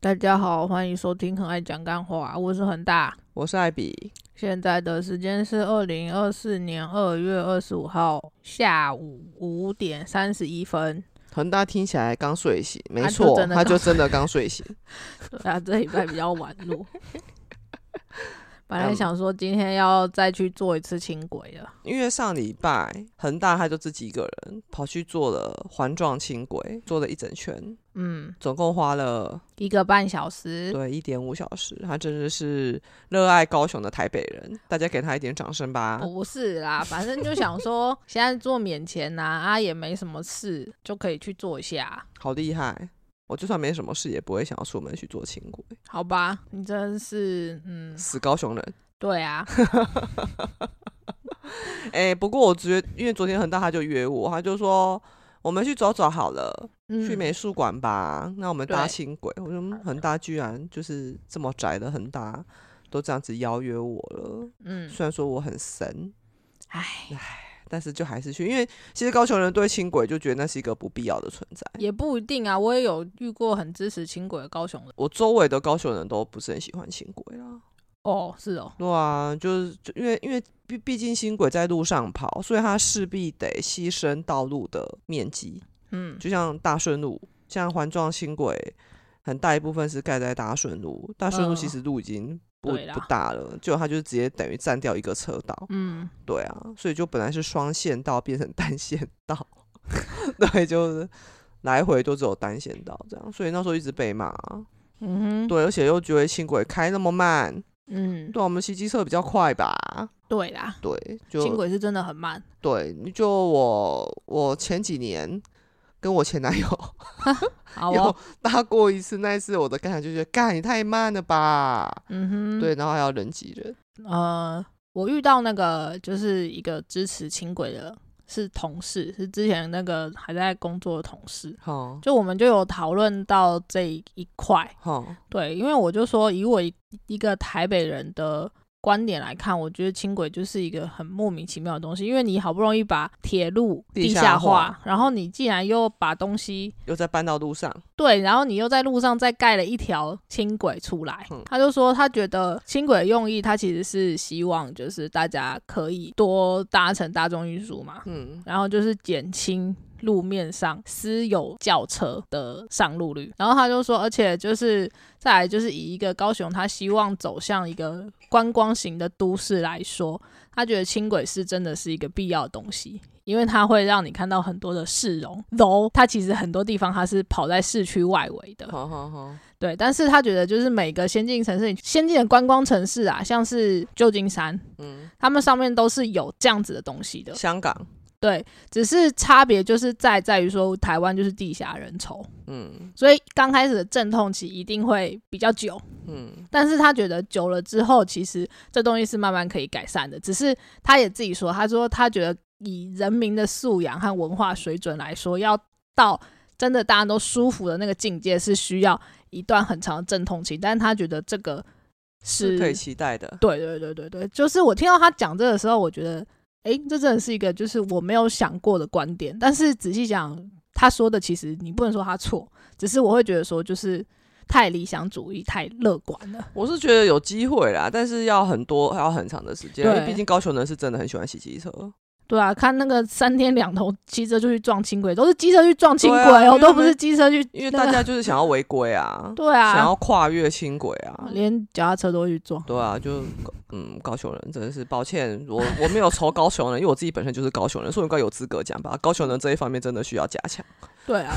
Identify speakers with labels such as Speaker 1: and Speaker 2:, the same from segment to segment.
Speaker 1: 大家好，欢迎收听《很爱讲干话》，我是恒大。
Speaker 2: 我是艾比，
Speaker 1: 现在的时间是二零二四年二月二十五号下午五点三十一分。
Speaker 2: 恒大听起来刚睡醒，没
Speaker 1: 啊就
Speaker 2: 错，
Speaker 1: 真的
Speaker 2: 他
Speaker 1: 刚
Speaker 2: 就真的刚睡醒。
Speaker 1: 对啊，这礼拜比较晚 录。本来想说今天要再去坐一次轻轨的，
Speaker 2: 因为上礼拜恒大他就自己一个人跑去做了环状轻轨，做了一整圈，
Speaker 1: 嗯，
Speaker 2: 总共花了
Speaker 1: 一个半小时。
Speaker 2: 对一点五小时。他真的是热爱高雄的台北人，大家给他一点掌声吧。
Speaker 1: 不是啦，反正就想说现在做免钱呐、啊，也没什么事，就可以去做一下，
Speaker 2: 好厉害！我就算没什么事，也不会想要出门去做轻轨。
Speaker 1: 好吧？你真是，嗯，
Speaker 2: 死高雄人！
Speaker 1: 对啊，
Speaker 2: 哎、不过我觉得，因为昨天恒大他就约我，他就说我们去走走好了。
Speaker 1: 嗯，
Speaker 2: 去美术馆吧，那我们搭
Speaker 1: 对
Speaker 2: 轻轨。我说嗯恒大居然就是这么宅的恒大，都这样子邀约我了。
Speaker 1: 嗯，
Speaker 2: 虽然说我很神，
Speaker 1: 唉，
Speaker 2: 但是就还是去，因为其实高雄人对轻轨就觉得那是一个不必要的存在。
Speaker 1: 也不一定啊。我也有遇过很支持轻轨的高雄人。
Speaker 2: 我周围的高雄人都不是很喜欢轻轨啦。
Speaker 1: 哦，是哦，
Speaker 2: 对啊，就是就因为因为毕毕竟轻轨在路上跑，所以它势必得牺牲道路的面积。
Speaker 1: 嗯，
Speaker 2: 就像大顺路，像环状轻轨，很大一部分是盖在大顺路。大顺路其
Speaker 1: 嗯
Speaker 2: 实路已经不、
Speaker 1: 对啦
Speaker 2: 不大了，就它就直接等于占掉一个车道。
Speaker 1: 嗯，
Speaker 2: 对啊，所以就本来是双线道变成单线道， 对，就是来回都只有单线道这样。所以那时候一直被骂啊，
Speaker 1: 嗯哼，
Speaker 2: 对，而且又觉得轻轨开那么慢，
Speaker 1: 嗯，
Speaker 2: 对啊，我们骑机车比较快吧。
Speaker 1: 对啦，
Speaker 2: 对，就
Speaker 1: 轻轨是真的很 慢，
Speaker 2: 对，你就我我前几年跟我前男友
Speaker 1: 好
Speaker 2: 有
Speaker 1: 哦，
Speaker 2: 搭过一次，那一次我的感想就觉得，干你太慢了吧？
Speaker 1: 嗯哼，，
Speaker 2: 对，然后还要人挤人，
Speaker 1: 呃，我遇到那个就是一个支持轻轨的，是同事，是之前那个还在工作的同事，
Speaker 2: 好，
Speaker 1: 就我们就有讨论到这一块，
Speaker 2: 好，
Speaker 1: 对，因为我就说以我一一个台北人的。观点来看，我觉得轻轨就是一个很莫名其妙的东西，因为你好不容易把铁路
Speaker 2: 地
Speaker 1: 地
Speaker 2: 下
Speaker 1: 下
Speaker 2: 化
Speaker 1: 然后你既然又把东西
Speaker 2: 又在搬到路上，
Speaker 1: 对，然后你又在路上再盖了一条轻轨出来，
Speaker 2: 嗯
Speaker 1: 他就说他觉得轻轨的用意，他其实是希望就是大家可以多搭乘大众运输嘛，
Speaker 2: 嗯，
Speaker 1: 然后就是减轻路面上私有轿车的上路率。然后他就说，而且就是再来就是以一个高雄，他希望走向一个观光型的都市来说，他觉得轻轨是真的是一个必要的东西。因为它会让你看到很多的市容，楼它其实很多地方它是跑在市区外围的，
Speaker 2: 好好好，
Speaker 1: 对。但是他觉得就是每个先进城市、先进的观光城市啊，像是旧金山，
Speaker 2: 嗯，
Speaker 1: 他们上面都是有这样子的东西的。
Speaker 2: 香港，
Speaker 1: 对，只是差别就是在在于说，台湾就是地下人稠，
Speaker 2: 嗯
Speaker 1: 所以刚开始的阵痛期一定会比较久。
Speaker 2: 嗯，
Speaker 1: 但是他觉得久了之后，其实这东西是慢慢可以改善的。只是他也自己说，他说他觉得以人民的素养和文化水准来说，要到真的大家都舒服的那个境界，是需要一段很长的阵痛期。但是他觉得这个是
Speaker 2: 是可以期待的，
Speaker 1: 对对对对对，就是我听到他讲这个时候，我觉得，诶，这真的是一个就是我没有想过的观点。但是仔细想，他说的其实你不能说他错，只是我会觉得说就是太理想主义、太乐观了。
Speaker 2: 我是觉得有机会啦，但是要很多，还要很长的时间，因为
Speaker 1: 对
Speaker 2: 毕竟高雄人是真的很喜欢骑机车，
Speaker 1: 对啊，看那个三天两头骑车就去撞轻轨，都是机车去撞轻轨
Speaker 2: 对啊因
Speaker 1: 哦，
Speaker 2: 为
Speaker 1: 都
Speaker 2: 他
Speaker 1: 不
Speaker 2: 们
Speaker 1: 是机车去
Speaker 2: 因为
Speaker 1: 那个
Speaker 2: 大家就是想要违规啊，
Speaker 1: 对
Speaker 2: 想
Speaker 1: 啊哦
Speaker 2: 要，跨越轻轨啊，
Speaker 1: 连脚踏车都会去撞。
Speaker 2: 对啊，就嗯，高雄人真的是抱歉，我我没有仇高雄人，因为我自己本身就是高雄人，所以我应该有资格讲吧。高雄人这一方面真的需要加强。
Speaker 1: 对 啊，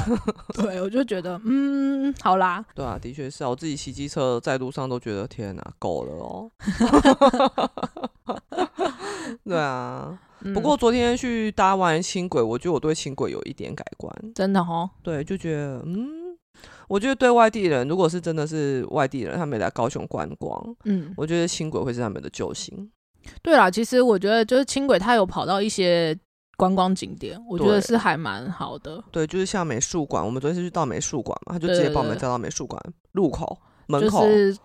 Speaker 1: 对，我就觉得嗯，好啦，
Speaker 2: 对啊，的确是啊，我自己骑机车在路上都觉得天哪、够了哦。 对啊，
Speaker 1: 嗯
Speaker 2: 不过昨天去搭完轻轨，我觉得我对轻轨有一点改观。
Speaker 1: 真的哦，
Speaker 2: 对，就觉得嗯，我觉得对外地人，如果是真的是外地人，他们也来高雄观光，
Speaker 1: 嗯，
Speaker 2: 我觉得轻轨会是他们的救星。
Speaker 1: 对啦，其实我觉得就是轻轨，它有跑到一些观光景点，我觉得
Speaker 2: 对
Speaker 1: 是还蛮好的，
Speaker 2: 对，就是像美术馆，我们昨天是去到美术馆嘛，他就
Speaker 1: 对
Speaker 2: 直接
Speaker 1: 对
Speaker 2: 把我们
Speaker 1: 对
Speaker 2: 叫到美术馆入口门
Speaker 1: 就
Speaker 2: 口。
Speaker 1: 是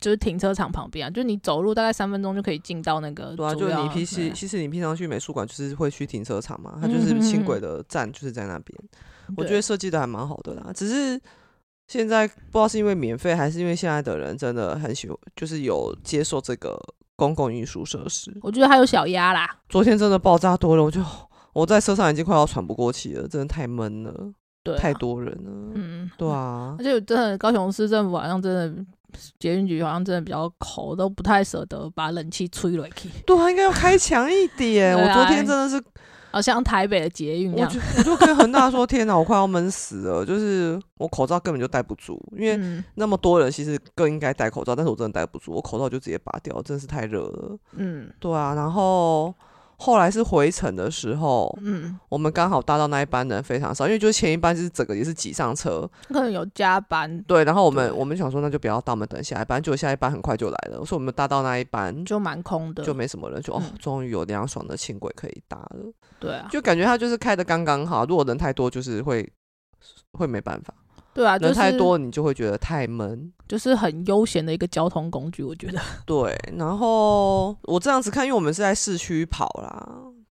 Speaker 1: 就是停车场旁边啊，就你走路大概三分钟就可以进到那个主
Speaker 2: 对啊，
Speaker 1: 要。
Speaker 2: 就是你平时
Speaker 1: 对
Speaker 2: 其实你平常去美术馆就是会去停车场嘛，它就
Speaker 1: 嗯
Speaker 2: 是
Speaker 1: 哼
Speaker 2: 轻
Speaker 1: 哼
Speaker 2: 轨的站就是在那边。我
Speaker 1: 对
Speaker 2: 觉得设计的还蛮好的啦，只是现在不知道是因为免费，还是因为现在的人真的很喜欢，就是有接受这个公共运输设施。
Speaker 1: 我觉得还有小鸭啦，
Speaker 2: 昨天真的爆炸多人，我就我在车上已经快要喘不过气了，真的太闷了，
Speaker 1: 对啊、
Speaker 2: 太多人了。
Speaker 1: 嗯，
Speaker 2: 对啊
Speaker 1: 而，且真的高雄市政府好像真的捷运局好像真的比较抠，都不太舍得把冷气吹了去，
Speaker 2: 对啊，应该要开强一点。
Speaker 1: 对
Speaker 2: 我
Speaker 1: 啊
Speaker 2: 昨天真的是，
Speaker 1: 好像台北的捷运一
Speaker 2: 我
Speaker 1: 样。
Speaker 2: 就我就跟恒大说，天哪，我快要闷死了，就是我口罩根本就戴不住，因为
Speaker 1: 嗯
Speaker 2: 那么多人其实更应该戴口罩，但是我真的戴不住，我口罩就直接拔掉，真的是太热了。
Speaker 1: 嗯
Speaker 2: 对啊，然后后来是回程的时候，
Speaker 1: 嗯，
Speaker 2: 我们刚好搭到那一班人非常少，因为就是前一班就是整个也是挤上车，
Speaker 1: 可能有加班
Speaker 2: 对，然后我们
Speaker 1: 对
Speaker 2: 我们想说那就不要搭，我们等下一班，结果下一班很快就来了，所以我们搭到那一班
Speaker 1: 就蛮空的，
Speaker 2: 就没什么人，就哦
Speaker 1: 嗯，
Speaker 2: 终于有凉爽的轻轨可以搭了，
Speaker 1: 对啊，
Speaker 2: 就感觉它就是开的刚刚好，如果人太多就是会会没办法，
Speaker 1: 对啊，就是
Speaker 2: 人太多你就会觉得太闷。
Speaker 1: 就是很悠闲的一个交通工具，我觉得
Speaker 2: 对，然后我这样子看，因为我们是在市区跑啦，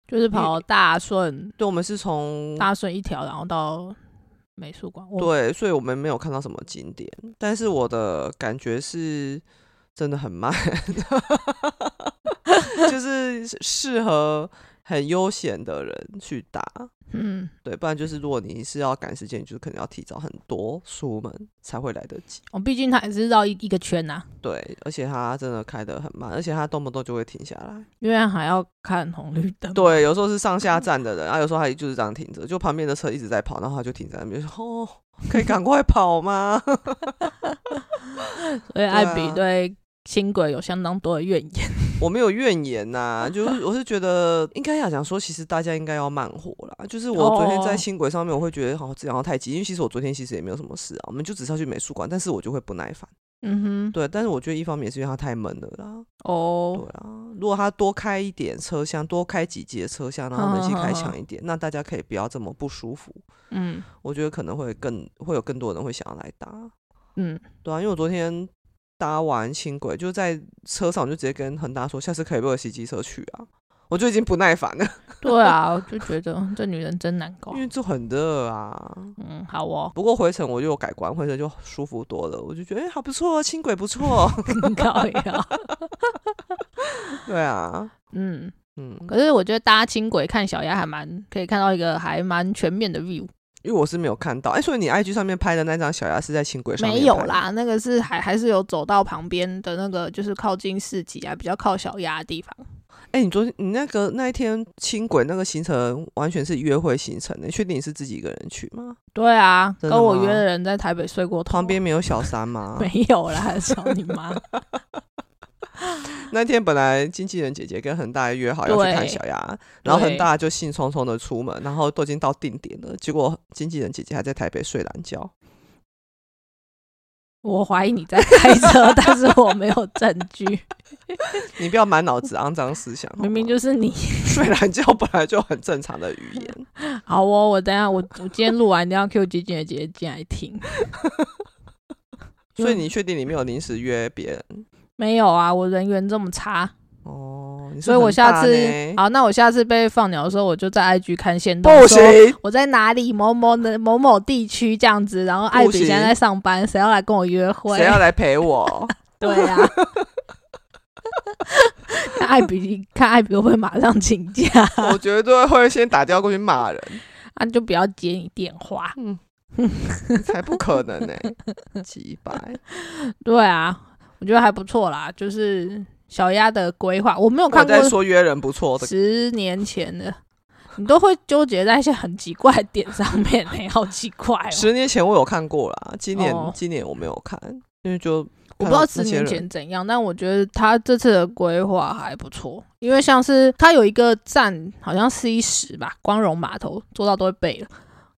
Speaker 1: 就是跑大顺
Speaker 2: 对，我们是从
Speaker 1: 大顺一条，然后到美术馆，我
Speaker 2: 对，所以我们没有看到什么景点，但是我的感觉是真的 很慢，就是适合很悠闲的人去打。
Speaker 1: 嗯，
Speaker 2: 对，不然就是如果你是要赶时间，你就是可能要提早很多出门才会来得及。
Speaker 1: 我毕竟它也是绕一一个圈啊呐、
Speaker 2: 对，而且它真的开得很慢，而且它动不动就会停下来。
Speaker 1: 因为还要看红绿灯。
Speaker 2: 对，有时候是上下站的人，啊，有时候他就是这样停着，就旁边的车一直在跑，然后他就停在那边说：“哦，可以赶快跑吗？”
Speaker 1: 所以艾比
Speaker 2: 啊
Speaker 1: 对轻轨有相当多的怨言。
Speaker 2: 我没有怨言呐、就是我是觉得应该要讲说，其实大家应该要慢活啦。就是我昨天在
Speaker 1: 哦
Speaker 2: 轻轨上面，我会觉得好像这样太急，因为其实我昨天其实也没有什么事啊，我们就只是要去美术馆，但是我就会不耐烦。
Speaker 1: 嗯哼，
Speaker 2: 对，但是我觉得一方面也是因为它太闷了啦。对
Speaker 1: 哦，
Speaker 2: 啊，如果它多开一点车厢，多开几节车厢，然后冷气开强一点，那大家可以不要这么不舒服。
Speaker 1: 嗯
Speaker 2: 我觉得可能会更会有更多人会想要来搭。
Speaker 1: 嗯，
Speaker 2: 对啊，因为我昨天搭完轻轨，就在车上我就直接跟恒大说，下次可以不可以骑机车去啊？我就已经不耐烦了，
Speaker 1: 对啊，我就觉得这女人真难搞
Speaker 2: 因。为就很热啊。
Speaker 1: 嗯，好哦，
Speaker 2: 不过回程我就有改观，回程就舒服多了，我就觉得哎、还不错，轻轨不错。哦
Speaker 1: 搞呀。
Speaker 2: 对啊，
Speaker 1: 嗯，
Speaker 2: 嗯，
Speaker 1: 可是我觉得搭轻轨看小鸭还蛮可以看到一个还蛮全面的 view。
Speaker 2: 因为我是没有看到，哎、所以你 IG 上面拍的那张小鸭是在轻轨上面
Speaker 1: 没有
Speaker 2: 拍的，
Speaker 1: 啦，那个是还还是有走到旁边的那个，就是靠近市集啊，比较靠小鸭的地方。
Speaker 2: 哎、你昨天你那个那一天轻轨那个行程完全是约会行程，你确定你是自己一个人去吗？
Speaker 1: 对啊，
Speaker 2: 真
Speaker 1: 跟
Speaker 2: 的
Speaker 1: 我
Speaker 2: 吗
Speaker 1: 约的人在台北睡过头
Speaker 2: 旁边没有小三吗？
Speaker 1: 没有啦， 小你妈。
Speaker 2: 那天本来经纪人姐姐跟恒大约好要去看小鸭，然后恒大就兴冲冲的出门，然后都已经到定点了，结果经纪人姐姐还在台北睡懒觉。
Speaker 1: 我怀疑你在开车，但是我没有证据，
Speaker 2: 你不要满脑子肮脏思想，
Speaker 1: 明明
Speaker 2: 好吗
Speaker 1: 就是你。
Speaker 2: 睡懒觉本来就很正常的语 言。
Speaker 1: 好哦，我等一下我我今天录完，一定要 Q 姐姐姐进来 听。嗯
Speaker 2: 所以你确定你没有临时约别人？
Speaker 1: 没有啊，我人缘这么差，
Speaker 2: 哦，你是
Speaker 1: 所以我
Speaker 2: 恒
Speaker 1: 下
Speaker 2: 大
Speaker 1: 次
Speaker 2: 呢
Speaker 1: 好，那我下次被放鸟的时候，我就在 IG 看线动，
Speaker 2: 不
Speaker 1: 说
Speaker 2: 行，
Speaker 1: 我在哪里某某的某某地区这样子，然后艾
Speaker 2: 不
Speaker 1: 比
Speaker 2: 行
Speaker 1: 现在在上班，谁要来跟我约会
Speaker 2: 谁？要来陪我？
Speaker 1: 对呀、啊。 那艾比看艾比会不会马上请假，
Speaker 2: 我绝对会先打电话过去骂人，
Speaker 1: 啊，就不要接你电话。
Speaker 2: 才不可能 呢、几百，
Speaker 1: 对啊，我觉得还不错啦，就是小鸭的规划，我没有
Speaker 2: 我
Speaker 1: 看过
Speaker 2: 在说约人不错的
Speaker 1: 十年前的，你都会纠结在一些很奇怪的点上面、欸，好奇怪哦。
Speaker 2: 十年前我有看过啦，今年、
Speaker 1: 哦
Speaker 2: 今年我没有看，因为就
Speaker 1: 我不
Speaker 2: 看
Speaker 1: 知道
Speaker 2: 到
Speaker 1: 十
Speaker 2: 那些
Speaker 1: 年
Speaker 2: 人
Speaker 1: 前怎样，但我觉得他这次的规划还不错，因为像是他有一个站，好像 C 十吧，光荣码头做到都会背了。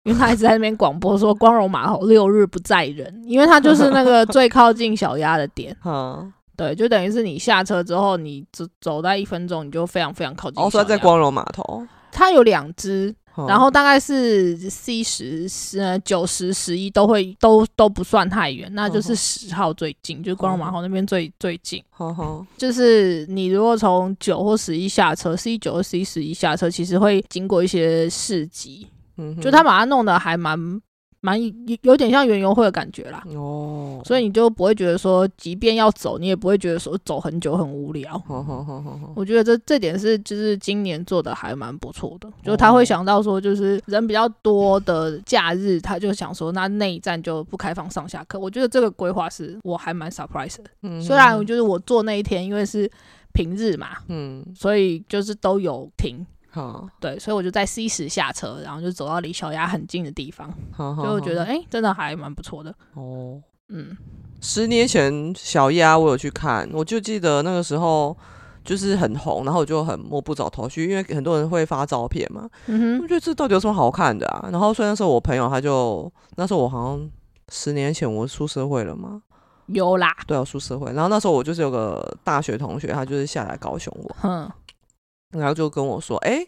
Speaker 1: 因为他一直在那边广播说光荣码头六日不载人，因为他就是那个最靠近小鸭的点，
Speaker 2: 哈，
Speaker 1: 对，就等于是你下车之后，你走走在一分钟，你就非常非常靠近小鸭。
Speaker 2: 哦，所以他在光嗯荣码头，
Speaker 1: 它有两只，
Speaker 2: 哈
Speaker 1: 然后大概是 C 十、十呃九十、十一都会都都不算太远，那就是
Speaker 2: 嗯
Speaker 1: 十号最近，就是光荣码头那边最最近。
Speaker 2: 哈哈，
Speaker 1: 就是你如果从九或十一下车，C 九或 C 十一下车，其实会经过一些市集，
Speaker 2: 嗯哼，
Speaker 1: 就他把它弄得还蛮蛮有有点像园游会的感觉啦。
Speaker 2: 哦，
Speaker 1: 所以你就不会觉得说，即便要走，你也不会觉得说走很久很无聊。
Speaker 2: 好好好好好，
Speaker 1: 我觉得这这点是就是今年做的还蛮不错
Speaker 2: 哦
Speaker 1: 的，就是他会想到说，就是人比较多的假日，他就想说，那那一站就不开放上下课。我觉得这个规划是我还蛮 surprise 的，
Speaker 2: 嗯
Speaker 1: 虽然我就是我做那一天，因为是平日嘛，
Speaker 2: 嗯
Speaker 1: 所以就是都有停。
Speaker 2: 好，
Speaker 1: 对，所以我就在 C 十下车，然后就走到离小鸭很近的地方，
Speaker 2: 好好，
Speaker 1: 所以我觉得
Speaker 2: 好
Speaker 1: 哎、诶真的还蛮不错的。
Speaker 2: 哦。
Speaker 1: 嗯，
Speaker 2: 十年前小鸭我有去看，我就记得那个时候就是很红，然后我就很摸不着头绪，因为很多人会发照片嘛，
Speaker 1: 嗯
Speaker 2: 我
Speaker 1: 哼，
Speaker 2: 觉得这到底有什么好看的啊？然后所以那时候我朋友他就那时候我好像十年前我出社会了嘛，
Speaker 1: 有啦，
Speaker 2: 对啊，出社会。然后那时候我就是有个大学同学，他就是下来高雄我，
Speaker 1: 哼，
Speaker 2: 然后就跟我说，哎、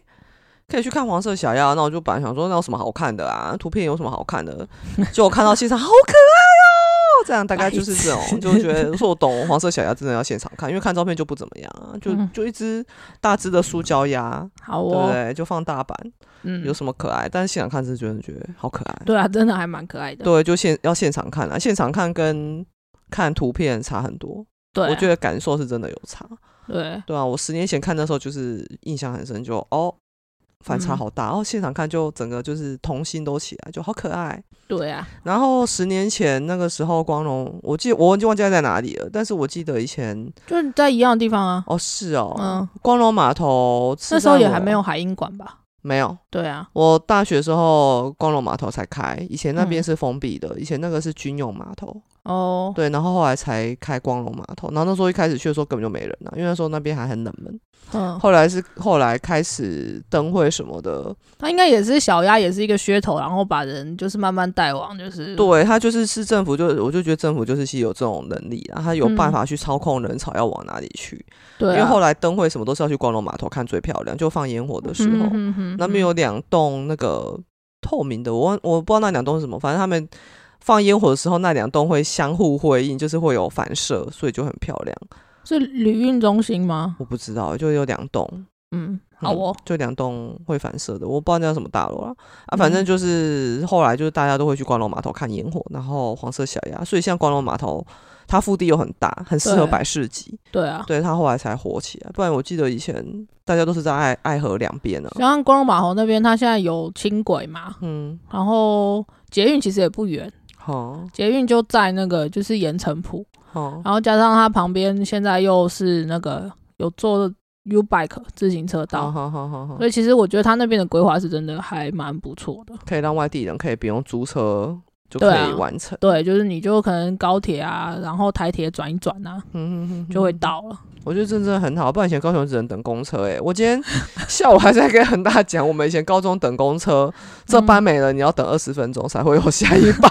Speaker 2: 可以去看黄色小鸭。那我就本来想说，那有什么好看的啊？图片有什么好看的？就我看到现场好可爱哦，这样大概就是这
Speaker 1: 白
Speaker 2: 种，
Speaker 1: 痴
Speaker 2: 就觉得说我懂黄色小鸭真的要现场看，因为看照片就不怎么样啊，就
Speaker 1: 嗯
Speaker 2: 就一只大只的塑胶鸭，
Speaker 1: 好
Speaker 2: 对不
Speaker 1: 哦，
Speaker 2: 对？就放大版，有
Speaker 1: 嗯，
Speaker 2: 什么可爱？但是现场看是觉得觉得好可爱。
Speaker 1: 对啊，真的还蛮可爱的。
Speaker 2: 对，就现要现场看啊，现场看跟看图片差很多，
Speaker 1: 对啊，
Speaker 2: 我觉得感受是真的有差。
Speaker 1: 对，
Speaker 2: 对啊，我十年前看那时候就是印象很深，就哦反差
Speaker 1: 嗯
Speaker 2: 好大，然、后、哦现场看就整个就是童心都起来，就好可爱。
Speaker 1: 对啊，
Speaker 2: 然后十年前那个时候光荣，我记得我忘记忘记在哪里了，但是我记得以前
Speaker 1: 就是在一样的地方啊。
Speaker 2: 哦是哦，
Speaker 1: 嗯，
Speaker 2: 光荣码头是
Speaker 1: 那时候
Speaker 2: 在
Speaker 1: 也
Speaker 2: 我
Speaker 1: 还没有海英馆吧？
Speaker 2: 没有。
Speaker 1: 对啊，
Speaker 2: 我大学时候光荣码头才开，以前那
Speaker 1: 嗯
Speaker 2: 边是封闭的，以前那个是军用码头，
Speaker 1: 哦，
Speaker 2: 对，然后后来才开光荣码头，然后那时候一开始去的时候根本就没人啊，因为那时候那边还很冷门。
Speaker 1: 嗯，
Speaker 2: 后来是后来开始灯会什么的，
Speaker 1: 他应该也是小鸭，也是一个噱头，然后把人就是慢慢带往，就是
Speaker 2: 对他就是市政府就，我就觉得政府就是是有这种能力啊，他有办
Speaker 1: 嗯
Speaker 2: 法去操控人潮要往哪里去，
Speaker 1: 对啊，
Speaker 2: 因为后来灯会什么都是要去光荣码头看最漂亮，就放烟火的时候，
Speaker 1: 嗯哼
Speaker 2: 那边有两栋那个透明的，我忘我不知道那两栋是什么，反正他们放烟火的时候那两栋会相互辉映，就是会有反射，所以就很漂亮。
Speaker 1: 是旅运中心吗？
Speaker 2: 我不知道，就有两栋，
Speaker 1: 嗯，好哦，
Speaker 2: 就两栋会反射的，我不知道那叫什么大楼啦。
Speaker 1: 嗯
Speaker 2: 啊，反正就是后来就是大家都会去光荣码头看烟火，然后黄色小鸭，所以像光荣码头，它腹地又很大，很适合
Speaker 1: 对
Speaker 2: 摆市集，
Speaker 1: 对啊，
Speaker 2: 对它后来才火起来。不然我记得以前大家都是在爱爱河两边啊呢、
Speaker 1: 像光荣码头那边，它现在有轻轨嘛，
Speaker 2: 嗯，
Speaker 1: 然后捷运其实也不远，
Speaker 2: 好，
Speaker 1: 捷运就在那个就是盐城埔，
Speaker 2: 好，
Speaker 1: 然后加上它旁边现在又是那个有做 U bike 自行车
Speaker 2: 好
Speaker 1: 道，
Speaker 2: 好好好好
Speaker 1: 所，以其实我觉得它那边的规划是真的还蛮不错的。
Speaker 2: 可以让外地人可以不用租车就
Speaker 1: 对
Speaker 2: 可
Speaker 1: 啊
Speaker 2: 以完成，
Speaker 1: 对，就是你就可能高铁啊，然后台铁转一转啊，
Speaker 2: 嗯哼哼哼
Speaker 1: 就会到了。
Speaker 2: 我觉得这真的很好，不然以前高雄只能等公车哎、我今天 下午还在跟恒大讲，我们以前高中等公
Speaker 1: 嗯
Speaker 2: 车，这班没了，你要等二十分钟才会有下一班，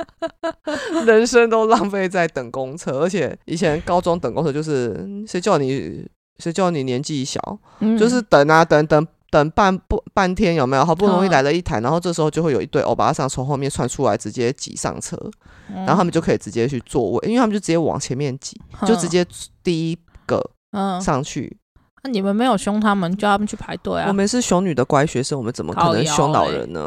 Speaker 2: 人生都浪费在等公车。而且以前高中等公车就是嗯谁叫你谁叫你年纪小，
Speaker 1: 嗯
Speaker 2: 就是等啊等等。等半不半天有没有？好不容易来了一
Speaker 1: 嗯
Speaker 2: 台，然后这时候就会有一对欧巴桑从后面窜出来，直接挤上车，
Speaker 1: 嗯
Speaker 2: 然后他们就可以直接去座位，因为他们就直接往前面挤，就直接第一个
Speaker 1: 嗯，
Speaker 2: 上去。
Speaker 1: 那你们没有凶他们，叫他们去排队
Speaker 2: 我
Speaker 1: 啊？欸
Speaker 2: 们是熊女的乖学生，我们怎么可能凶老人呢？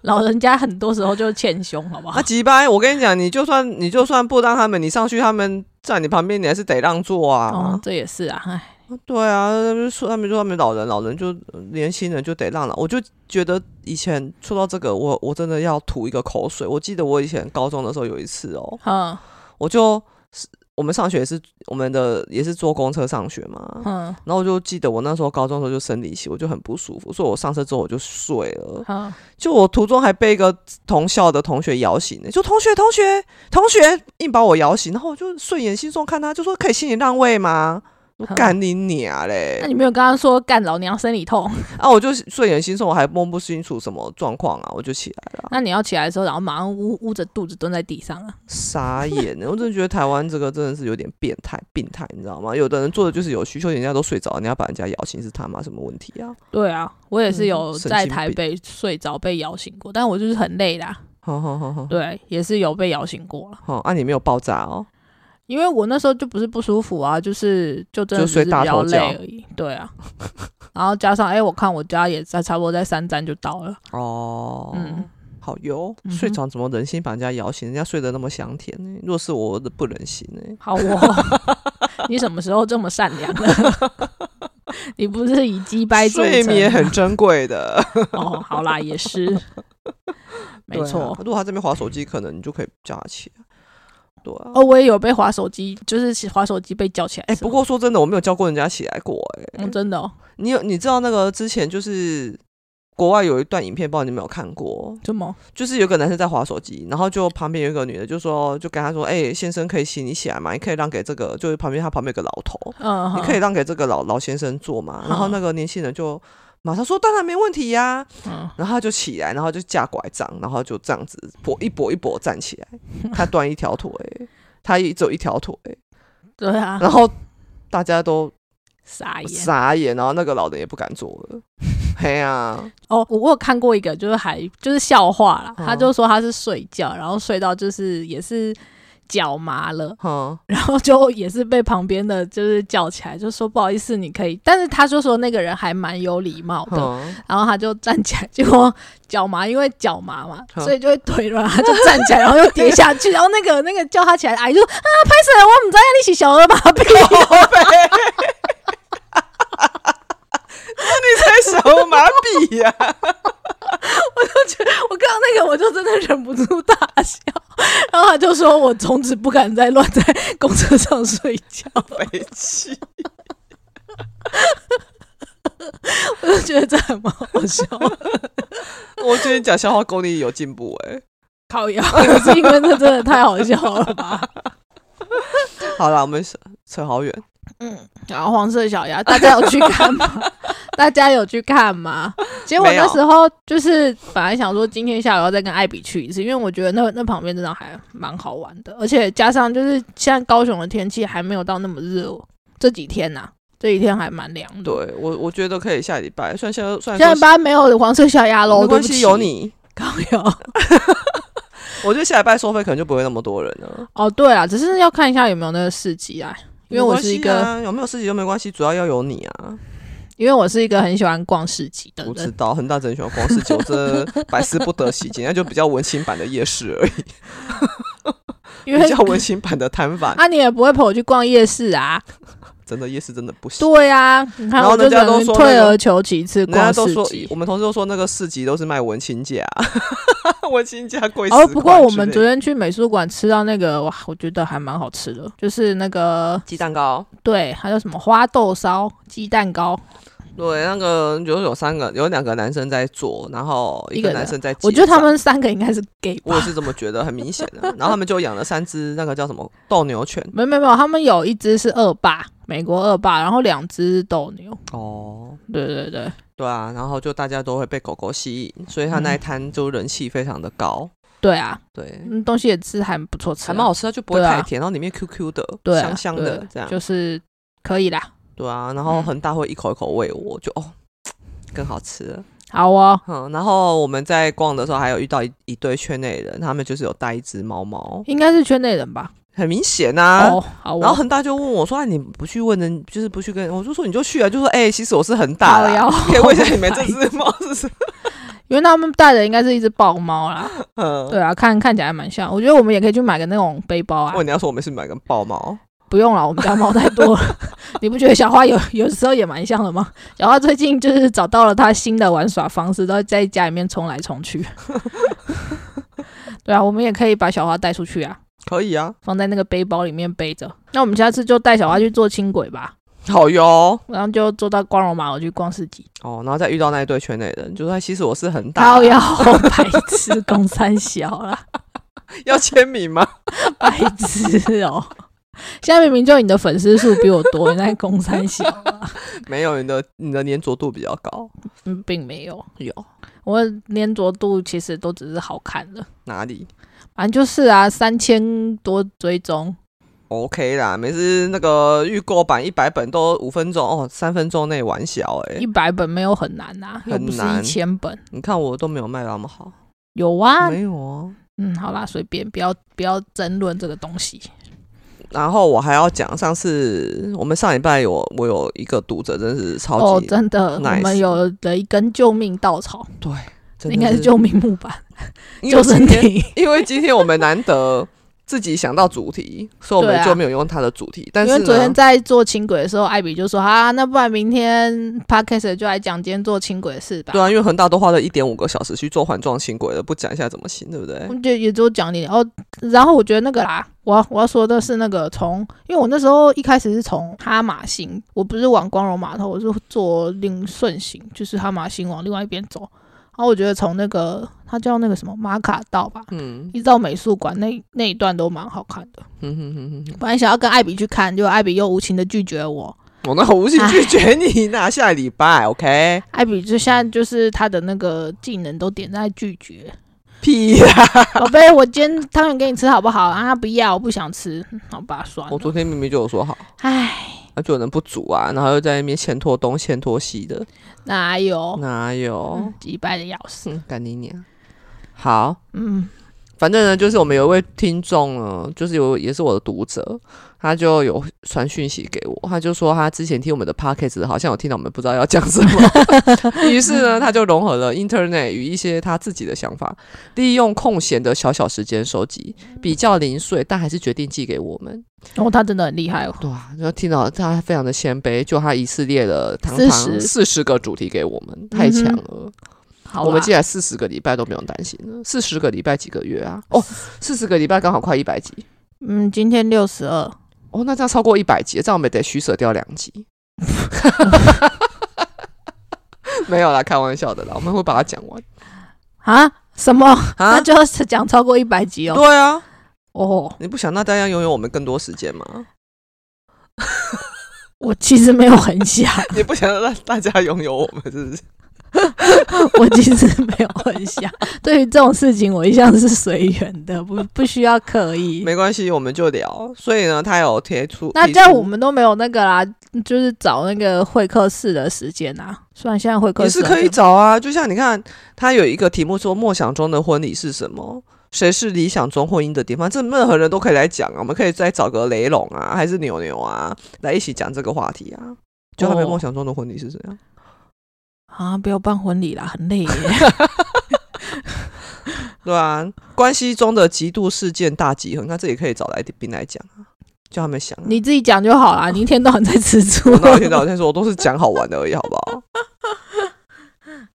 Speaker 1: 老人家很多时候就是欠凶，好不好
Speaker 2: 啊，？吉掰！我跟你讲，你就算你就算不让他们，你上去，他们在你旁边，你还是得让座
Speaker 1: 哦
Speaker 2: 啊，。
Speaker 1: 这也是啊，唉，
Speaker 2: 对啊，他们就说他们就说他们老人，老人就年轻人就得让了。我就觉得以前说到这个，我我真的要吐一个口水。我记得我以前高中的时候有一次哦，
Speaker 1: 嗯
Speaker 2: 我就是我们上学也是我们的也是坐公车上学嘛，
Speaker 1: 嗯
Speaker 2: 然后我就记得我那时候高中的时候就生理期，我就很不舒服，所以我上车之后我就睡了。
Speaker 1: 嗯，
Speaker 2: 就我途中还被一个同校的同学摇醒呢，欸就同学同学同学硬把我摇醒，然后我就睡眼惺忪看他，就说可以心理让位吗？我
Speaker 1: 哼
Speaker 2: 干你娘嘞
Speaker 1: 那！你没有跟他说干老娘生理痛？
Speaker 2: 啊，我就睡眼惺忪，我还摸不清楚什么状况啊，我就起来了，
Speaker 1: 那你要起来的时候，然后马上捂捂着肚子蹲在地上啊？
Speaker 2: 傻眼欸呢！我真的觉得台湾这个真的是有点变态，病态，你知道吗？有的人做的就是有需求，人家都睡着，你要把人家摇醒是他妈什么问题啊？
Speaker 1: 对啊，我也是有
Speaker 2: 嗯神
Speaker 1: 在
Speaker 2: 经
Speaker 1: 台
Speaker 2: 病
Speaker 1: 北睡着被摇醒过，但我就是很累啦。
Speaker 2: 好好好好，
Speaker 1: 对，也是有被摇醒过了，
Speaker 2: 好啊，你没有爆炸哦，
Speaker 1: 因为我那时候就不是不舒服啊，就是就真的只
Speaker 2: 就
Speaker 1: 是
Speaker 2: 睡
Speaker 1: 比
Speaker 2: 大
Speaker 1: 较
Speaker 2: 头
Speaker 1: 累
Speaker 2: 觉
Speaker 1: 而已。对啊，然后加上哎、我看我家也在差不多在三站就到了，
Speaker 2: 哦，
Speaker 1: 嗯，
Speaker 2: 好油，
Speaker 1: 嗯哼
Speaker 2: 睡着怎么忍心把人家摇醒？人家睡得那么香甜呢、若是我，我都不忍心呢、
Speaker 1: 好哦， 你什么时候这么善良了？ 你不是以鸡掰著
Speaker 2: 睡
Speaker 1: 称
Speaker 2: 眠
Speaker 1: 吗
Speaker 2: 很珍贵的，
Speaker 1: 哦，好啦，也是， 没
Speaker 2: 对啊
Speaker 1: 错。
Speaker 2: 如果他这边划手机，可能你就可以叫他起来。对啊，
Speaker 1: 哦，我也有被划手机，就是划手机被叫起来的
Speaker 2: 哎、
Speaker 1: 时候。
Speaker 2: 不过说真的，我没有叫过人家起来过、哎。
Speaker 1: 嗯，真的哦，
Speaker 2: 你有你知道那个之前就是国外有一段影片，不知道你有没有看过？
Speaker 1: 怎么？
Speaker 2: 就是有个男生在划手机，然后就旁边有一个女的就说，就跟他说：“哎、先生，可以请你起来吗？你可以让给这个，就是旁边他旁边有个老头，
Speaker 1: 嗯，
Speaker 2: 你可以让给这个老老先生坐嘛。”然后那个年轻人就。马上说当然没问题呀、
Speaker 1: 嗯，
Speaker 2: 然后他就起来，然后就架拐杖，然后就这样子跛一跛一跛站起 来。他断一条腿，他也只有一条腿，
Speaker 1: 对啊，
Speaker 2: 然后大家都
Speaker 1: 傻眼。
Speaker 2: 傻眼，然后那个老人也不敢做了。嘿呀、
Speaker 1: 哦，我我有看过一个，就是还就是笑话啦，
Speaker 2: 嗯
Speaker 1: 他就说他是睡觉，然后睡到就是也是脚麻了，
Speaker 2: 哈，
Speaker 1: 然后就也是被旁边的就是叫起来，就说不好意思，你可以。但是他就说那个人还蛮有礼貌的，
Speaker 2: 哼
Speaker 1: 然后他就站起来，结果脚麻，因为脚麻嘛，
Speaker 2: 嗯
Speaker 1: 所以就会腿软，他就站起来，然后又跌下去，然后那个那个叫他起来的阿姨就啊，拍死了，我们在那里洗小儿 麻痹，
Speaker 2: 太小儿 麻痹呀、
Speaker 1: 我看到那个我就真的忍不住大笑，然后他就说我从此不敢再乱在公车上睡觉，
Speaker 2: 北气。
Speaker 1: 我就觉得这还蛮好笑，
Speaker 2: 我觉得你讲笑话功力有进步哎、
Speaker 1: 靠腰，可是因为这真的太好笑了吧。
Speaker 2: 好啦，我们扯扯好
Speaker 1: 嗯
Speaker 2: 远。
Speaker 1: 然后啊黄色小鸭，大家有去看吗？ 大家有去看吗？结果
Speaker 2: 没有
Speaker 1: 那时候就是本来想说今天下午要再跟艾比去一次，因为我觉得那那旁边真的还蛮好玩的，而且加上就是现在高雄的天气还没有到那么热哦，这几天呐、这几天还蛮凉的。
Speaker 2: 对我，我觉得可以下礼拜。虽然现在虽
Speaker 1: 现
Speaker 2: 然
Speaker 1: 在
Speaker 2: 说
Speaker 1: 班没有黄色小鸭喽，对
Speaker 2: 没关
Speaker 1: 不
Speaker 2: 系
Speaker 1: 起，
Speaker 2: 有你，
Speaker 1: 高友。
Speaker 2: 我觉得下礼拜收费可能就不会那么多人了。
Speaker 1: 哦，对了，只是要看一下有没有那个市集啊，因为我是一
Speaker 2: 没
Speaker 1: 个，
Speaker 2: 关系啊、有没有事情都没关系，主要要有你啊。
Speaker 1: 因为我是一个很喜欢逛市集的
Speaker 2: 我知
Speaker 1: 人。
Speaker 2: 道，很大真的喜欢逛市集，我真 的百思不得其解，那就比较文青版的夜市而已，
Speaker 1: 因为
Speaker 2: 比较文青版的摊贩。
Speaker 1: 啊，你也不会陪我去逛夜市啊。
Speaker 2: 真的夜市真的不行。
Speaker 1: 对呀、你看
Speaker 2: 啊然后
Speaker 1: 我就
Speaker 2: 人
Speaker 1: 只
Speaker 2: 家都
Speaker 1: 能
Speaker 2: 说
Speaker 1: 退
Speaker 2: 那个
Speaker 1: 而求其次
Speaker 2: 人家
Speaker 1: 逛
Speaker 2: 都
Speaker 1: 市
Speaker 2: 说，
Speaker 1: 集
Speaker 2: 我。们同事都说那个市集都是卖文青价， 文青价贵十
Speaker 1: 哦，
Speaker 2: 块
Speaker 1: 不过我
Speaker 2: 之
Speaker 1: 们
Speaker 2: 类
Speaker 1: 昨
Speaker 2: 的
Speaker 1: 天去美术馆吃到那个，哇，我觉得还蛮好吃的，就是那个
Speaker 2: 鸡蛋糕，
Speaker 1: 对，还有什么花豆烧、鸡蛋糕，
Speaker 2: 对，那个有有三个，有两个男生在做，然后一
Speaker 1: 一个
Speaker 2: 个
Speaker 1: 人
Speaker 2: 男生在结账，
Speaker 1: 我觉得他们三个应该是 gay
Speaker 2: 我也
Speaker 1: 吧？
Speaker 2: 是这么觉得，很明显的、然后他们就养了三只那个叫什么斗牛犬
Speaker 1: 没有没有没有，他们有一只是恶霸，美国恶霸，然后两只是斗牛，
Speaker 2: 哦，
Speaker 1: 对对对，
Speaker 2: 对啊，然后就大家都会被狗狗吸引，所以他那一
Speaker 1: 嗯
Speaker 2: 摊就人气非常的高，
Speaker 1: 对啊，
Speaker 2: 对，
Speaker 1: 嗯，东西也吃还不错吃啊，
Speaker 2: 还蛮好吃，它就不会
Speaker 1: 对啊
Speaker 2: 太甜，然后里面 QQ 的，
Speaker 1: 对啊
Speaker 2: 香香
Speaker 1: 对
Speaker 2: 的这样，
Speaker 1: 就是可以啦。
Speaker 2: 对啊，然后
Speaker 1: 嗯
Speaker 2: 恒大会一口一口喂我，就哦，更好吃了。
Speaker 1: 好哦，
Speaker 2: 嗯，然后我们在逛的时候还有遇到一一对圈内人，他们就是有带一只猫猫，
Speaker 1: 应该是圈内人吧？
Speaker 2: 很明显啊。
Speaker 1: 哦，好哦，
Speaker 2: 然后恒大就问我说：“啊，你不去问人，就是不去跟？”我就说：“你就去啊。”就说：“哎、其实我是恒大
Speaker 1: 好
Speaker 2: 啦，
Speaker 1: 呀，
Speaker 2: 可以问一下你们这只猫是什么
Speaker 1: 因为他们带的应该是一只豹猫啦。？”
Speaker 2: 嗯，
Speaker 1: 对啊，看看起来还蛮像。我觉得我们也可以去买个那种背包啊
Speaker 2: 哇，，你要说我们是买个豹猫，
Speaker 1: 不用了，我们家猫太多了。 你不觉得小花有有时候也蛮像的吗？小花最近就是找到了她新的玩耍方式，都在家里面冲来冲去。对啊，我们也可以把小花带出去啊，
Speaker 2: 可以啊，
Speaker 1: 放在那个背包里面背着。那我们下次就带小花去坐轻轨吧，
Speaker 2: 好哟。
Speaker 1: 然后就坐到光荣码头去逛市集。
Speaker 2: 哦，然后再遇到那一对圈内人，就说：“哎其实我是恒大
Speaker 1: 高
Speaker 2: 啦，
Speaker 1: 要白痴，公三小啦，
Speaker 2: 要签名吗？”
Speaker 1: 白痴哦！现在明明就你的粉丝数比我多，你在公三小。
Speaker 2: 没有，你的你的粘着度比较高，
Speaker 1: 嗯，并没有。
Speaker 2: 有
Speaker 1: 我粘着度其实都只是好看的，
Speaker 2: 哪里
Speaker 1: 反正就是啊，三千多追踪，
Speaker 2: ？OK 啦，每次那个预购版一百本都五分钟哦，三分钟内完小哎、
Speaker 1: 一百本没有很难呐、又
Speaker 2: 很
Speaker 1: 不是一
Speaker 2: 难
Speaker 1: 千本。
Speaker 2: 你看我都没有卖到那么好，
Speaker 1: 有啊，
Speaker 2: 没有啊。
Speaker 1: 嗯，好啦，随便，不要不要争论这个东西。
Speaker 2: 然后我还要讲，上次我们上礼拜有我有一个读者，真是超
Speaker 1: 哦，
Speaker 2: 级、
Speaker 1: 真的，我
Speaker 2: nice
Speaker 1: 们有了一根救命稻草，
Speaker 2: 对，真的
Speaker 1: 应该是救命木板、
Speaker 2: 因
Speaker 1: 救
Speaker 2: 为今
Speaker 1: 生
Speaker 2: 天，
Speaker 1: 艇，
Speaker 2: 因为今天我们难得自己想到主题，所以我
Speaker 1: 对
Speaker 2: 们
Speaker 1: 啊
Speaker 2: 就没有用它的主题。但
Speaker 1: 因
Speaker 2: 是
Speaker 1: 为昨天
Speaker 2: 呢，
Speaker 1: 在做轻轨的时候，艾比就说：“啊，那不然明天 podcast 就来讲今天做轻轨的事吧。
Speaker 2: 对啊，因为恒大都花了一点五个小时去做环状轻轨了，不讲一下怎么行，对不对
Speaker 1: 我？就也就讲一点哦。然后我觉得那个啦，我要我要说的是那个从，因为我那时候一开始是从哈马星，我不是往光荣码头，我是坐另顺行，就是哈马星往另外一边走。然后我觉得从那个它叫那个什么马卡道吧，
Speaker 2: 嗯
Speaker 1: 一直到美术馆那那一段都蛮好看的。
Speaker 2: 嗯哼哼哼哼，
Speaker 1: 本来想要跟艾比去看，结果艾比又无情的拒绝我。
Speaker 2: 我那无情拒绝你那下 礼拜，OK？
Speaker 1: 艾比就现在就是他的那个技能都点在拒绝，
Speaker 2: 屁啦！
Speaker 1: 宝贝，我今天汤圆给你吃好不好？啊，不要，我不想吃，嗯好吧，算
Speaker 2: 我
Speaker 1: 了。
Speaker 2: 昨天明明就有说好，
Speaker 1: 唉，
Speaker 2: 那就有人不足啊，然后又在那边欠拖东欠拖西的，
Speaker 1: 哪有？
Speaker 2: 哪有
Speaker 1: 哎哦嗯？几百的钥匙，
Speaker 2: 哼，干你娘！好，
Speaker 1: 嗯，
Speaker 2: 反正呢，就是我们有一位听众呢，就是有也是我的读者，他就有传讯息给我，他就说他之前听我们的 p o c k e t 好像有听到我们不知道要讲什 么，于是呢，他就融合了 Internet 与一些他自己的想法，利用空闲的小小时间收集，比较零碎，但还是决定寄给我们。
Speaker 1: 然后他真的很厉害哦，
Speaker 2: 对啊，然后听到他非常的谦卑，就他一次列了堂堂
Speaker 1: 40
Speaker 2: 四十个主题给我们，太强了。
Speaker 1: 好啦，
Speaker 2: 我们接下来四十个礼拜都不用担心了，四十个礼拜几个月啊？哦，四十个礼拜刚好快一百集
Speaker 1: 嗯，今天六十二，
Speaker 2: 哦，那这样超过一百集，这样我们得取舍掉两集。 没有啦，开玩笑的啦，我们会把它讲完
Speaker 1: 啊，什么？那就是讲超过一百集哦，
Speaker 2: 啊对啊，
Speaker 1: 哦，
Speaker 2: 你不想那大家拥有我们更多时间吗？
Speaker 1: 我其实没有很想，
Speaker 2: 你不想让大家拥有我们，是不是？
Speaker 1: 我其实没有很想，对于这种事情，我一向是随缘的，不不需要刻意。
Speaker 2: 没关系，我们就聊。所以呢，他有贴出，
Speaker 1: 那
Speaker 2: 提
Speaker 1: 这样
Speaker 2: 出
Speaker 1: 我们都没有那个啦，就是找那个会客室的时间啊。虽然现在会客
Speaker 2: 也
Speaker 1: 室
Speaker 2: 是可以
Speaker 1: 好像
Speaker 2: 找啊，就像你看，他有一个题目说梦想中的婚礼是什么？谁是理想中婚姻的地方？这任何人都可以来讲啊，我们可以再找个雷龙啊，还是牛牛啊，来一起讲这个话题啊。就他们
Speaker 1: 哦
Speaker 2: 梦想中的婚礼是怎样？
Speaker 1: 啊，不要办婚礼啦，很累耶。
Speaker 2: 对啊，关系中的极度事件大集合，那这也可以找来宾来讲啊，叫他们想、啊。
Speaker 1: 你自己讲就好啦，你一天到晚在吃醋
Speaker 2: 我。那天聊天说，我都是讲好玩的而已，好不好？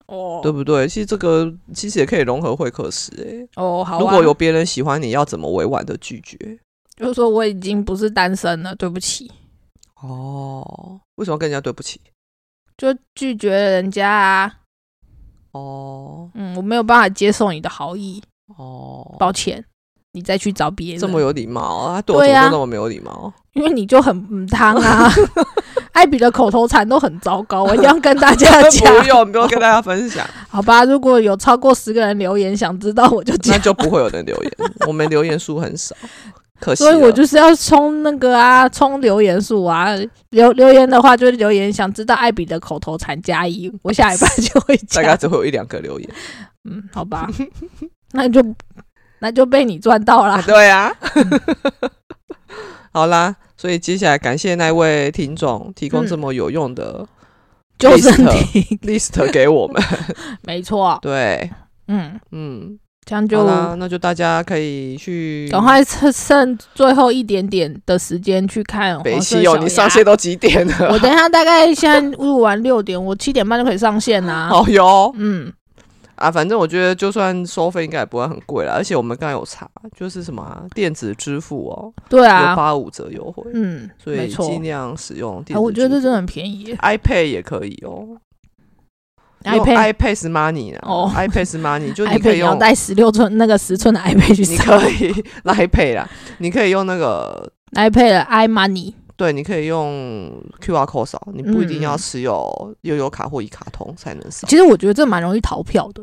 Speaker 1: 哦
Speaker 2: 对不对？其实这个其实也可以融合会客室、欸。
Speaker 1: 哦，好、啊。
Speaker 2: 如果有别人喜欢你，要怎么委婉的拒绝？
Speaker 1: 就是说我已经不是单身了，对不起，
Speaker 2: 哦，为什么要跟人家对不起？
Speaker 1: 就拒绝人家啊。
Speaker 2: 哦
Speaker 1: 嗯，我没有办法接受你的好意，
Speaker 2: 哦，
Speaker 1: 抱歉，你再去找别人。
Speaker 2: 这么有礼貌啊？对我怎
Speaker 1: 对
Speaker 2: 么
Speaker 1: 啊
Speaker 2: 都那么没有礼 貌？
Speaker 1: 因为你就很母汤啊。 艾比的口头禅都很糟糕，我一定要跟大家讲。
Speaker 2: 不用，不用跟大家分 享，
Speaker 1: 好吧，如果有超过十个人留言，想知道我就
Speaker 2: 那
Speaker 1: 讲。
Speaker 2: 就不会有人留言。我们留言数很少，可惜
Speaker 1: 所
Speaker 2: 了。
Speaker 1: 以我就是要冲那个啊，冲留言数啊，留留言的话就是留言，想知道艾比的口头禅加一，我下礼拜就会
Speaker 2: 大概
Speaker 1: 讲。
Speaker 2: 只会有一两个留言。
Speaker 1: 嗯，好吧， 那就那就被你赚到啦。
Speaker 2: 对啊， 好啦，所以接下来感谢那位听众提
Speaker 1: 嗯
Speaker 2: 供这么有用 的
Speaker 1: 救生艇，
Speaker 2: list 给我们。
Speaker 1: 没错，
Speaker 2: 对，
Speaker 1: 嗯，
Speaker 2: 嗯，
Speaker 1: 这样
Speaker 2: 好
Speaker 1: 就
Speaker 2: 啦，那就大家可以去
Speaker 1: 赶快趁剩最后一点点的时间去看
Speaker 2: 北
Speaker 1: 黄色
Speaker 2: 西哦，
Speaker 1: 小
Speaker 2: 你
Speaker 1: 鸭
Speaker 2: 上线都几点了？
Speaker 1: 我等一下大概现在录完六点，我七点半就可以上线啦、
Speaker 2: 好哟。
Speaker 1: 嗯，
Speaker 2: 哦啊，反正我觉得就算收费应该也不会很贵啦，而且我们刚才有查，就是什么啊、电子支付哦，
Speaker 1: 对
Speaker 2: 有
Speaker 1: 啊，
Speaker 2: 八五折优惠，
Speaker 1: 嗯，
Speaker 2: 所
Speaker 1: 没
Speaker 2: 以
Speaker 1: 错。
Speaker 2: 尽量使用电子支
Speaker 1: 哎，
Speaker 2: 付。
Speaker 1: 我觉得这真的很便宜耶
Speaker 2: iPad 也可以哦用
Speaker 1: iPad
Speaker 2: iPad s Money 啊、
Speaker 1: 哦
Speaker 2: i p a d Money 就你可
Speaker 1: ，iPad
Speaker 2: 以
Speaker 1: 你要
Speaker 2: 用，
Speaker 1: 带十六寸那个十寸的 iPad 去
Speaker 2: 你
Speaker 1: 上
Speaker 2: 可以 iPad 啦，你可以用那个，
Speaker 1: ，iPad 的 iMoney，
Speaker 2: 对，你可以用 QR code 扫，你不一定要
Speaker 1: 嗯
Speaker 2: 持有悠游卡或一卡通才能扫。
Speaker 1: 其实我觉得这蛮容易逃票的，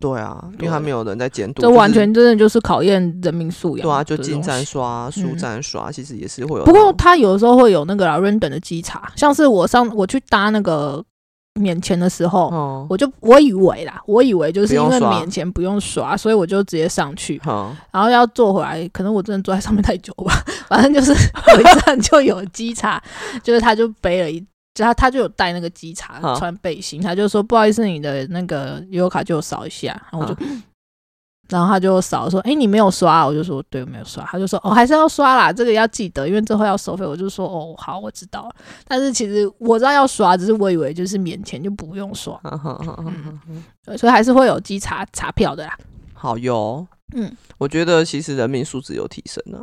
Speaker 2: 对啊，因为
Speaker 1: 对
Speaker 2: 它没有人在监督，
Speaker 1: 这
Speaker 2: 就是
Speaker 1: 完全真的就是考验人民素养。
Speaker 2: 对啊，就
Speaker 1: 这
Speaker 2: 进
Speaker 1: 种
Speaker 2: 站
Speaker 1: 事。
Speaker 2: 刷、速
Speaker 1: 嗯
Speaker 2: 站刷，其实也是会有
Speaker 1: 不
Speaker 2: 那种。
Speaker 1: 过它有的时候会有那个啦 random 的稽查，像是我上我去搭那个免钱的时候，
Speaker 2: 哦，
Speaker 1: 我就我以为啦，我以为就是因
Speaker 2: 不
Speaker 1: 为
Speaker 2: 用刷
Speaker 1: 免钱不用刷，所以我就直接上去，
Speaker 2: 好，
Speaker 1: 然后要坐回来，可能我真的坐在 上面太久吧，反正就是有一站就有稽查，就是他就背了一就他他就有带那个稽查
Speaker 2: 啊
Speaker 1: 穿背心，他就说不好意思，你的那个悠游卡借我扫一下，然后我就，
Speaker 2: 啊
Speaker 1: 然后他就扫说，哎、你没有刷啊，我就说对，我没有刷，他就说哦，还是要刷啦，这个要记得，因为之后要收费，我就说哦，好，我知道了，但是其实我知道要刷，只是我以为就是免钱就不用刷，
Speaker 2: 哈哈哈哈哈
Speaker 1: 对所以还是会有稽查查票的啦，
Speaker 2: 好哟，
Speaker 1: 嗯，
Speaker 2: 我觉得其实人民素质有提升啊。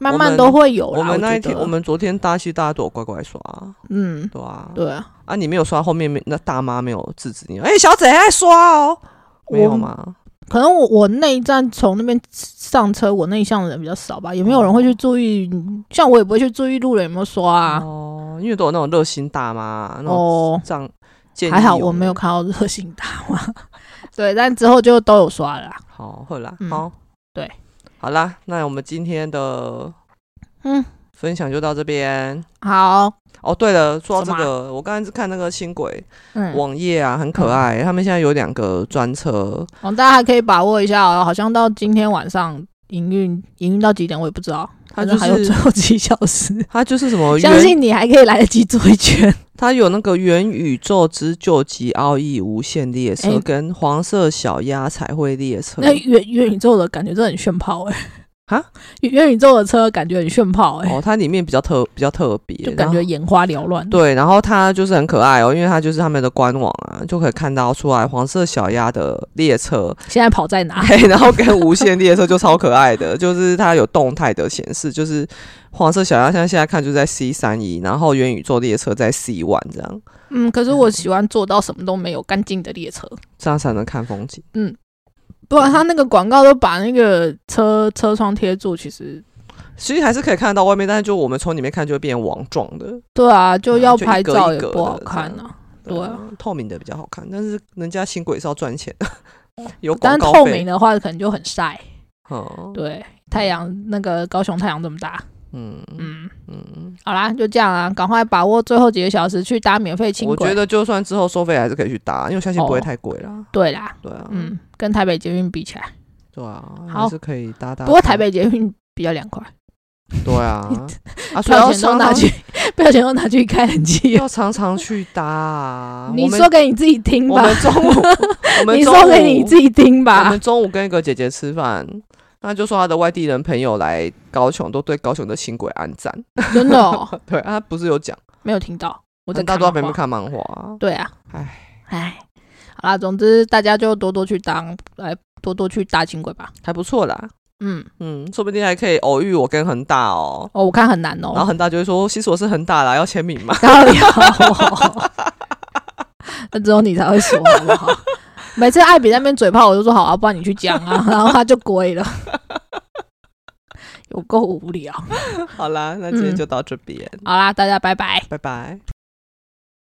Speaker 1: 慢
Speaker 2: 我
Speaker 1: 慢
Speaker 2: 们
Speaker 1: 都会有啦。
Speaker 2: 我们那一天，
Speaker 1: 觉得
Speaker 2: 我们昨天搭戏，大家都有乖乖刷啊，
Speaker 1: 嗯，
Speaker 2: 对啊，
Speaker 1: 对啊，
Speaker 2: 啊，你没有刷，后面没那大妈没有制止你，哎、小姐爱刷哦，没有
Speaker 1: 我
Speaker 2: 吗？
Speaker 1: 可能我我那一站从那边上车，我那一项的人比较少吧，也没有人会去注意，像我也不会去注意路人有没有刷啊。
Speaker 2: 哦，因为都有那种热心大妈，那种
Speaker 1: 哦，
Speaker 2: 这样建议
Speaker 1: 还好我
Speaker 2: 们
Speaker 1: 没有看到热心大妈， 对，但之后就都有刷了啦。
Speaker 2: 好，会啦，
Speaker 1: 嗯
Speaker 2: 好，
Speaker 1: 对，
Speaker 2: 好啦，那我们今天的
Speaker 1: 嗯，
Speaker 2: 分享就到这边。
Speaker 1: 好，
Speaker 2: 哦，对了，说到这
Speaker 1: 什
Speaker 2: 个，我刚才是看那个轻轨
Speaker 1: 嗯，
Speaker 2: 网页啊，很可爱，他们现在有两个专车，
Speaker 1: 哦，大家还可以把握一下哦，好像到今天晚上营运，营运到几点我也不知道，反
Speaker 2: 它就
Speaker 1: 正还有 最
Speaker 2: 是
Speaker 1: 后几小 时，
Speaker 2: 它就是什么
Speaker 1: 相
Speaker 2: 元，
Speaker 1: 信你还可以来得及做一 圈。
Speaker 2: 它有那个元宇宙之救急奥义无限列车
Speaker 1: 哎
Speaker 2: 跟黄色小鸭彩绘列车，
Speaker 1: 那元元宇宙的感觉真的很炫炮哎、
Speaker 2: 哈
Speaker 1: 元，元宇宙的车感觉很炫炮哎、
Speaker 2: 哦，它里面比较特比较特别，
Speaker 1: 就感
Speaker 2: 然后
Speaker 1: 觉眼花缭乱。
Speaker 2: 对，然后它就是很可爱哦，因为它就是他们的官网啊，就可以看到出来黄色小鸭的列车，
Speaker 1: 现在跑在 哪？
Speaker 2: 嘿，哎然后跟无线列车就超可爱的，就是它有动态的显示，就是黄色小鸭像现在看就在 C 三一，然后元宇宙列车在 C one 这样，
Speaker 1: 嗯，可是我喜欢坐到什么都没有干净的列车，
Speaker 2: 这样才能看风景。
Speaker 1: 不然啊他那个广告都把那个车车窗贴住，其实
Speaker 2: 其实还是可以看得到外面，但是就我们从里面看就会变网状的，
Speaker 1: 对啊，就
Speaker 2: 嗯
Speaker 1: 要
Speaker 2: 就一
Speaker 1: 拍
Speaker 2: 格
Speaker 1: 照
Speaker 2: 一
Speaker 1: 也
Speaker 2: 格
Speaker 1: 不好
Speaker 2: 的
Speaker 1: 看
Speaker 2: 这
Speaker 1: 啊。对啊
Speaker 2: 嗯透明的比较好看，但是人家新轨是要赚钱的，有
Speaker 1: 但
Speaker 2: 广
Speaker 1: 是透
Speaker 2: 告费
Speaker 1: 明，的话，可能就很晒。
Speaker 2: 嗯，
Speaker 1: 对，太阳那个高雄太阳这么大，
Speaker 2: 嗯嗯
Speaker 1: 嗯，
Speaker 2: 嗯。
Speaker 1: 好啦，就这样啊，赶快把握最后几个小时去搭免费轻
Speaker 2: 我觉
Speaker 1: 轨。
Speaker 2: 得就算之后收费还是可以去搭，因为我相信不会
Speaker 1: 哦
Speaker 2: 太贵啦。
Speaker 1: 对啦，
Speaker 2: 对啊，
Speaker 1: 嗯，跟台北捷运比起来，
Speaker 2: 对啊，还
Speaker 1: 好
Speaker 2: 是可以搭搭看。
Speaker 1: 不过台北捷运比较凉快，
Speaker 2: 对啊， 啊，所
Speaker 1: 票
Speaker 2: 以要
Speaker 1: 钱都
Speaker 2: 常
Speaker 1: 拿
Speaker 2: 常
Speaker 1: 去， 票钱都拿去开冷气了。
Speaker 2: 要常常去搭 啊。
Speaker 1: 你
Speaker 2: 我们
Speaker 1: 说给你自己听
Speaker 2: 我
Speaker 1: 吧。
Speaker 2: 们中午， 我们
Speaker 1: 你
Speaker 2: 中
Speaker 1: 说给
Speaker 2: 午
Speaker 1: 你自己听
Speaker 2: 我
Speaker 1: 吧
Speaker 2: 们。中午跟一个姐姐吃饭，那就说她的外地人朋友来高雄，都对高雄的轻轨暗赞。
Speaker 1: 真的哦，
Speaker 2: 对啊，她不是有讲，
Speaker 1: 没有听到，我在
Speaker 2: 大
Speaker 1: 看
Speaker 2: 多
Speaker 1: 漫
Speaker 2: 没
Speaker 1: 画
Speaker 2: 看漫画啊。
Speaker 1: 对啊，
Speaker 2: 唉，
Speaker 1: 哎，好啦，总之大家就多多去当，来多多去搭轻轨吧。
Speaker 2: 还不错啦。
Speaker 1: 嗯，
Speaker 2: 嗯，说不定还可以偶遇我跟恒大哦。
Speaker 1: 哦，我看很难
Speaker 2: 然后
Speaker 1: 哦。
Speaker 2: 恒大就会说：“其实我是恒大啦，要签名吗？”
Speaker 1: 然后哦 那只有你才会说，好不好？每次艾比在那边嘴炮，我就说好啊，不然你去讲啊，然后他就跪了， 有够无聊。
Speaker 2: 好啦，那今天
Speaker 1: 嗯
Speaker 2: 就到这边，
Speaker 1: 好啦，大家拜拜。
Speaker 2: 拜拜。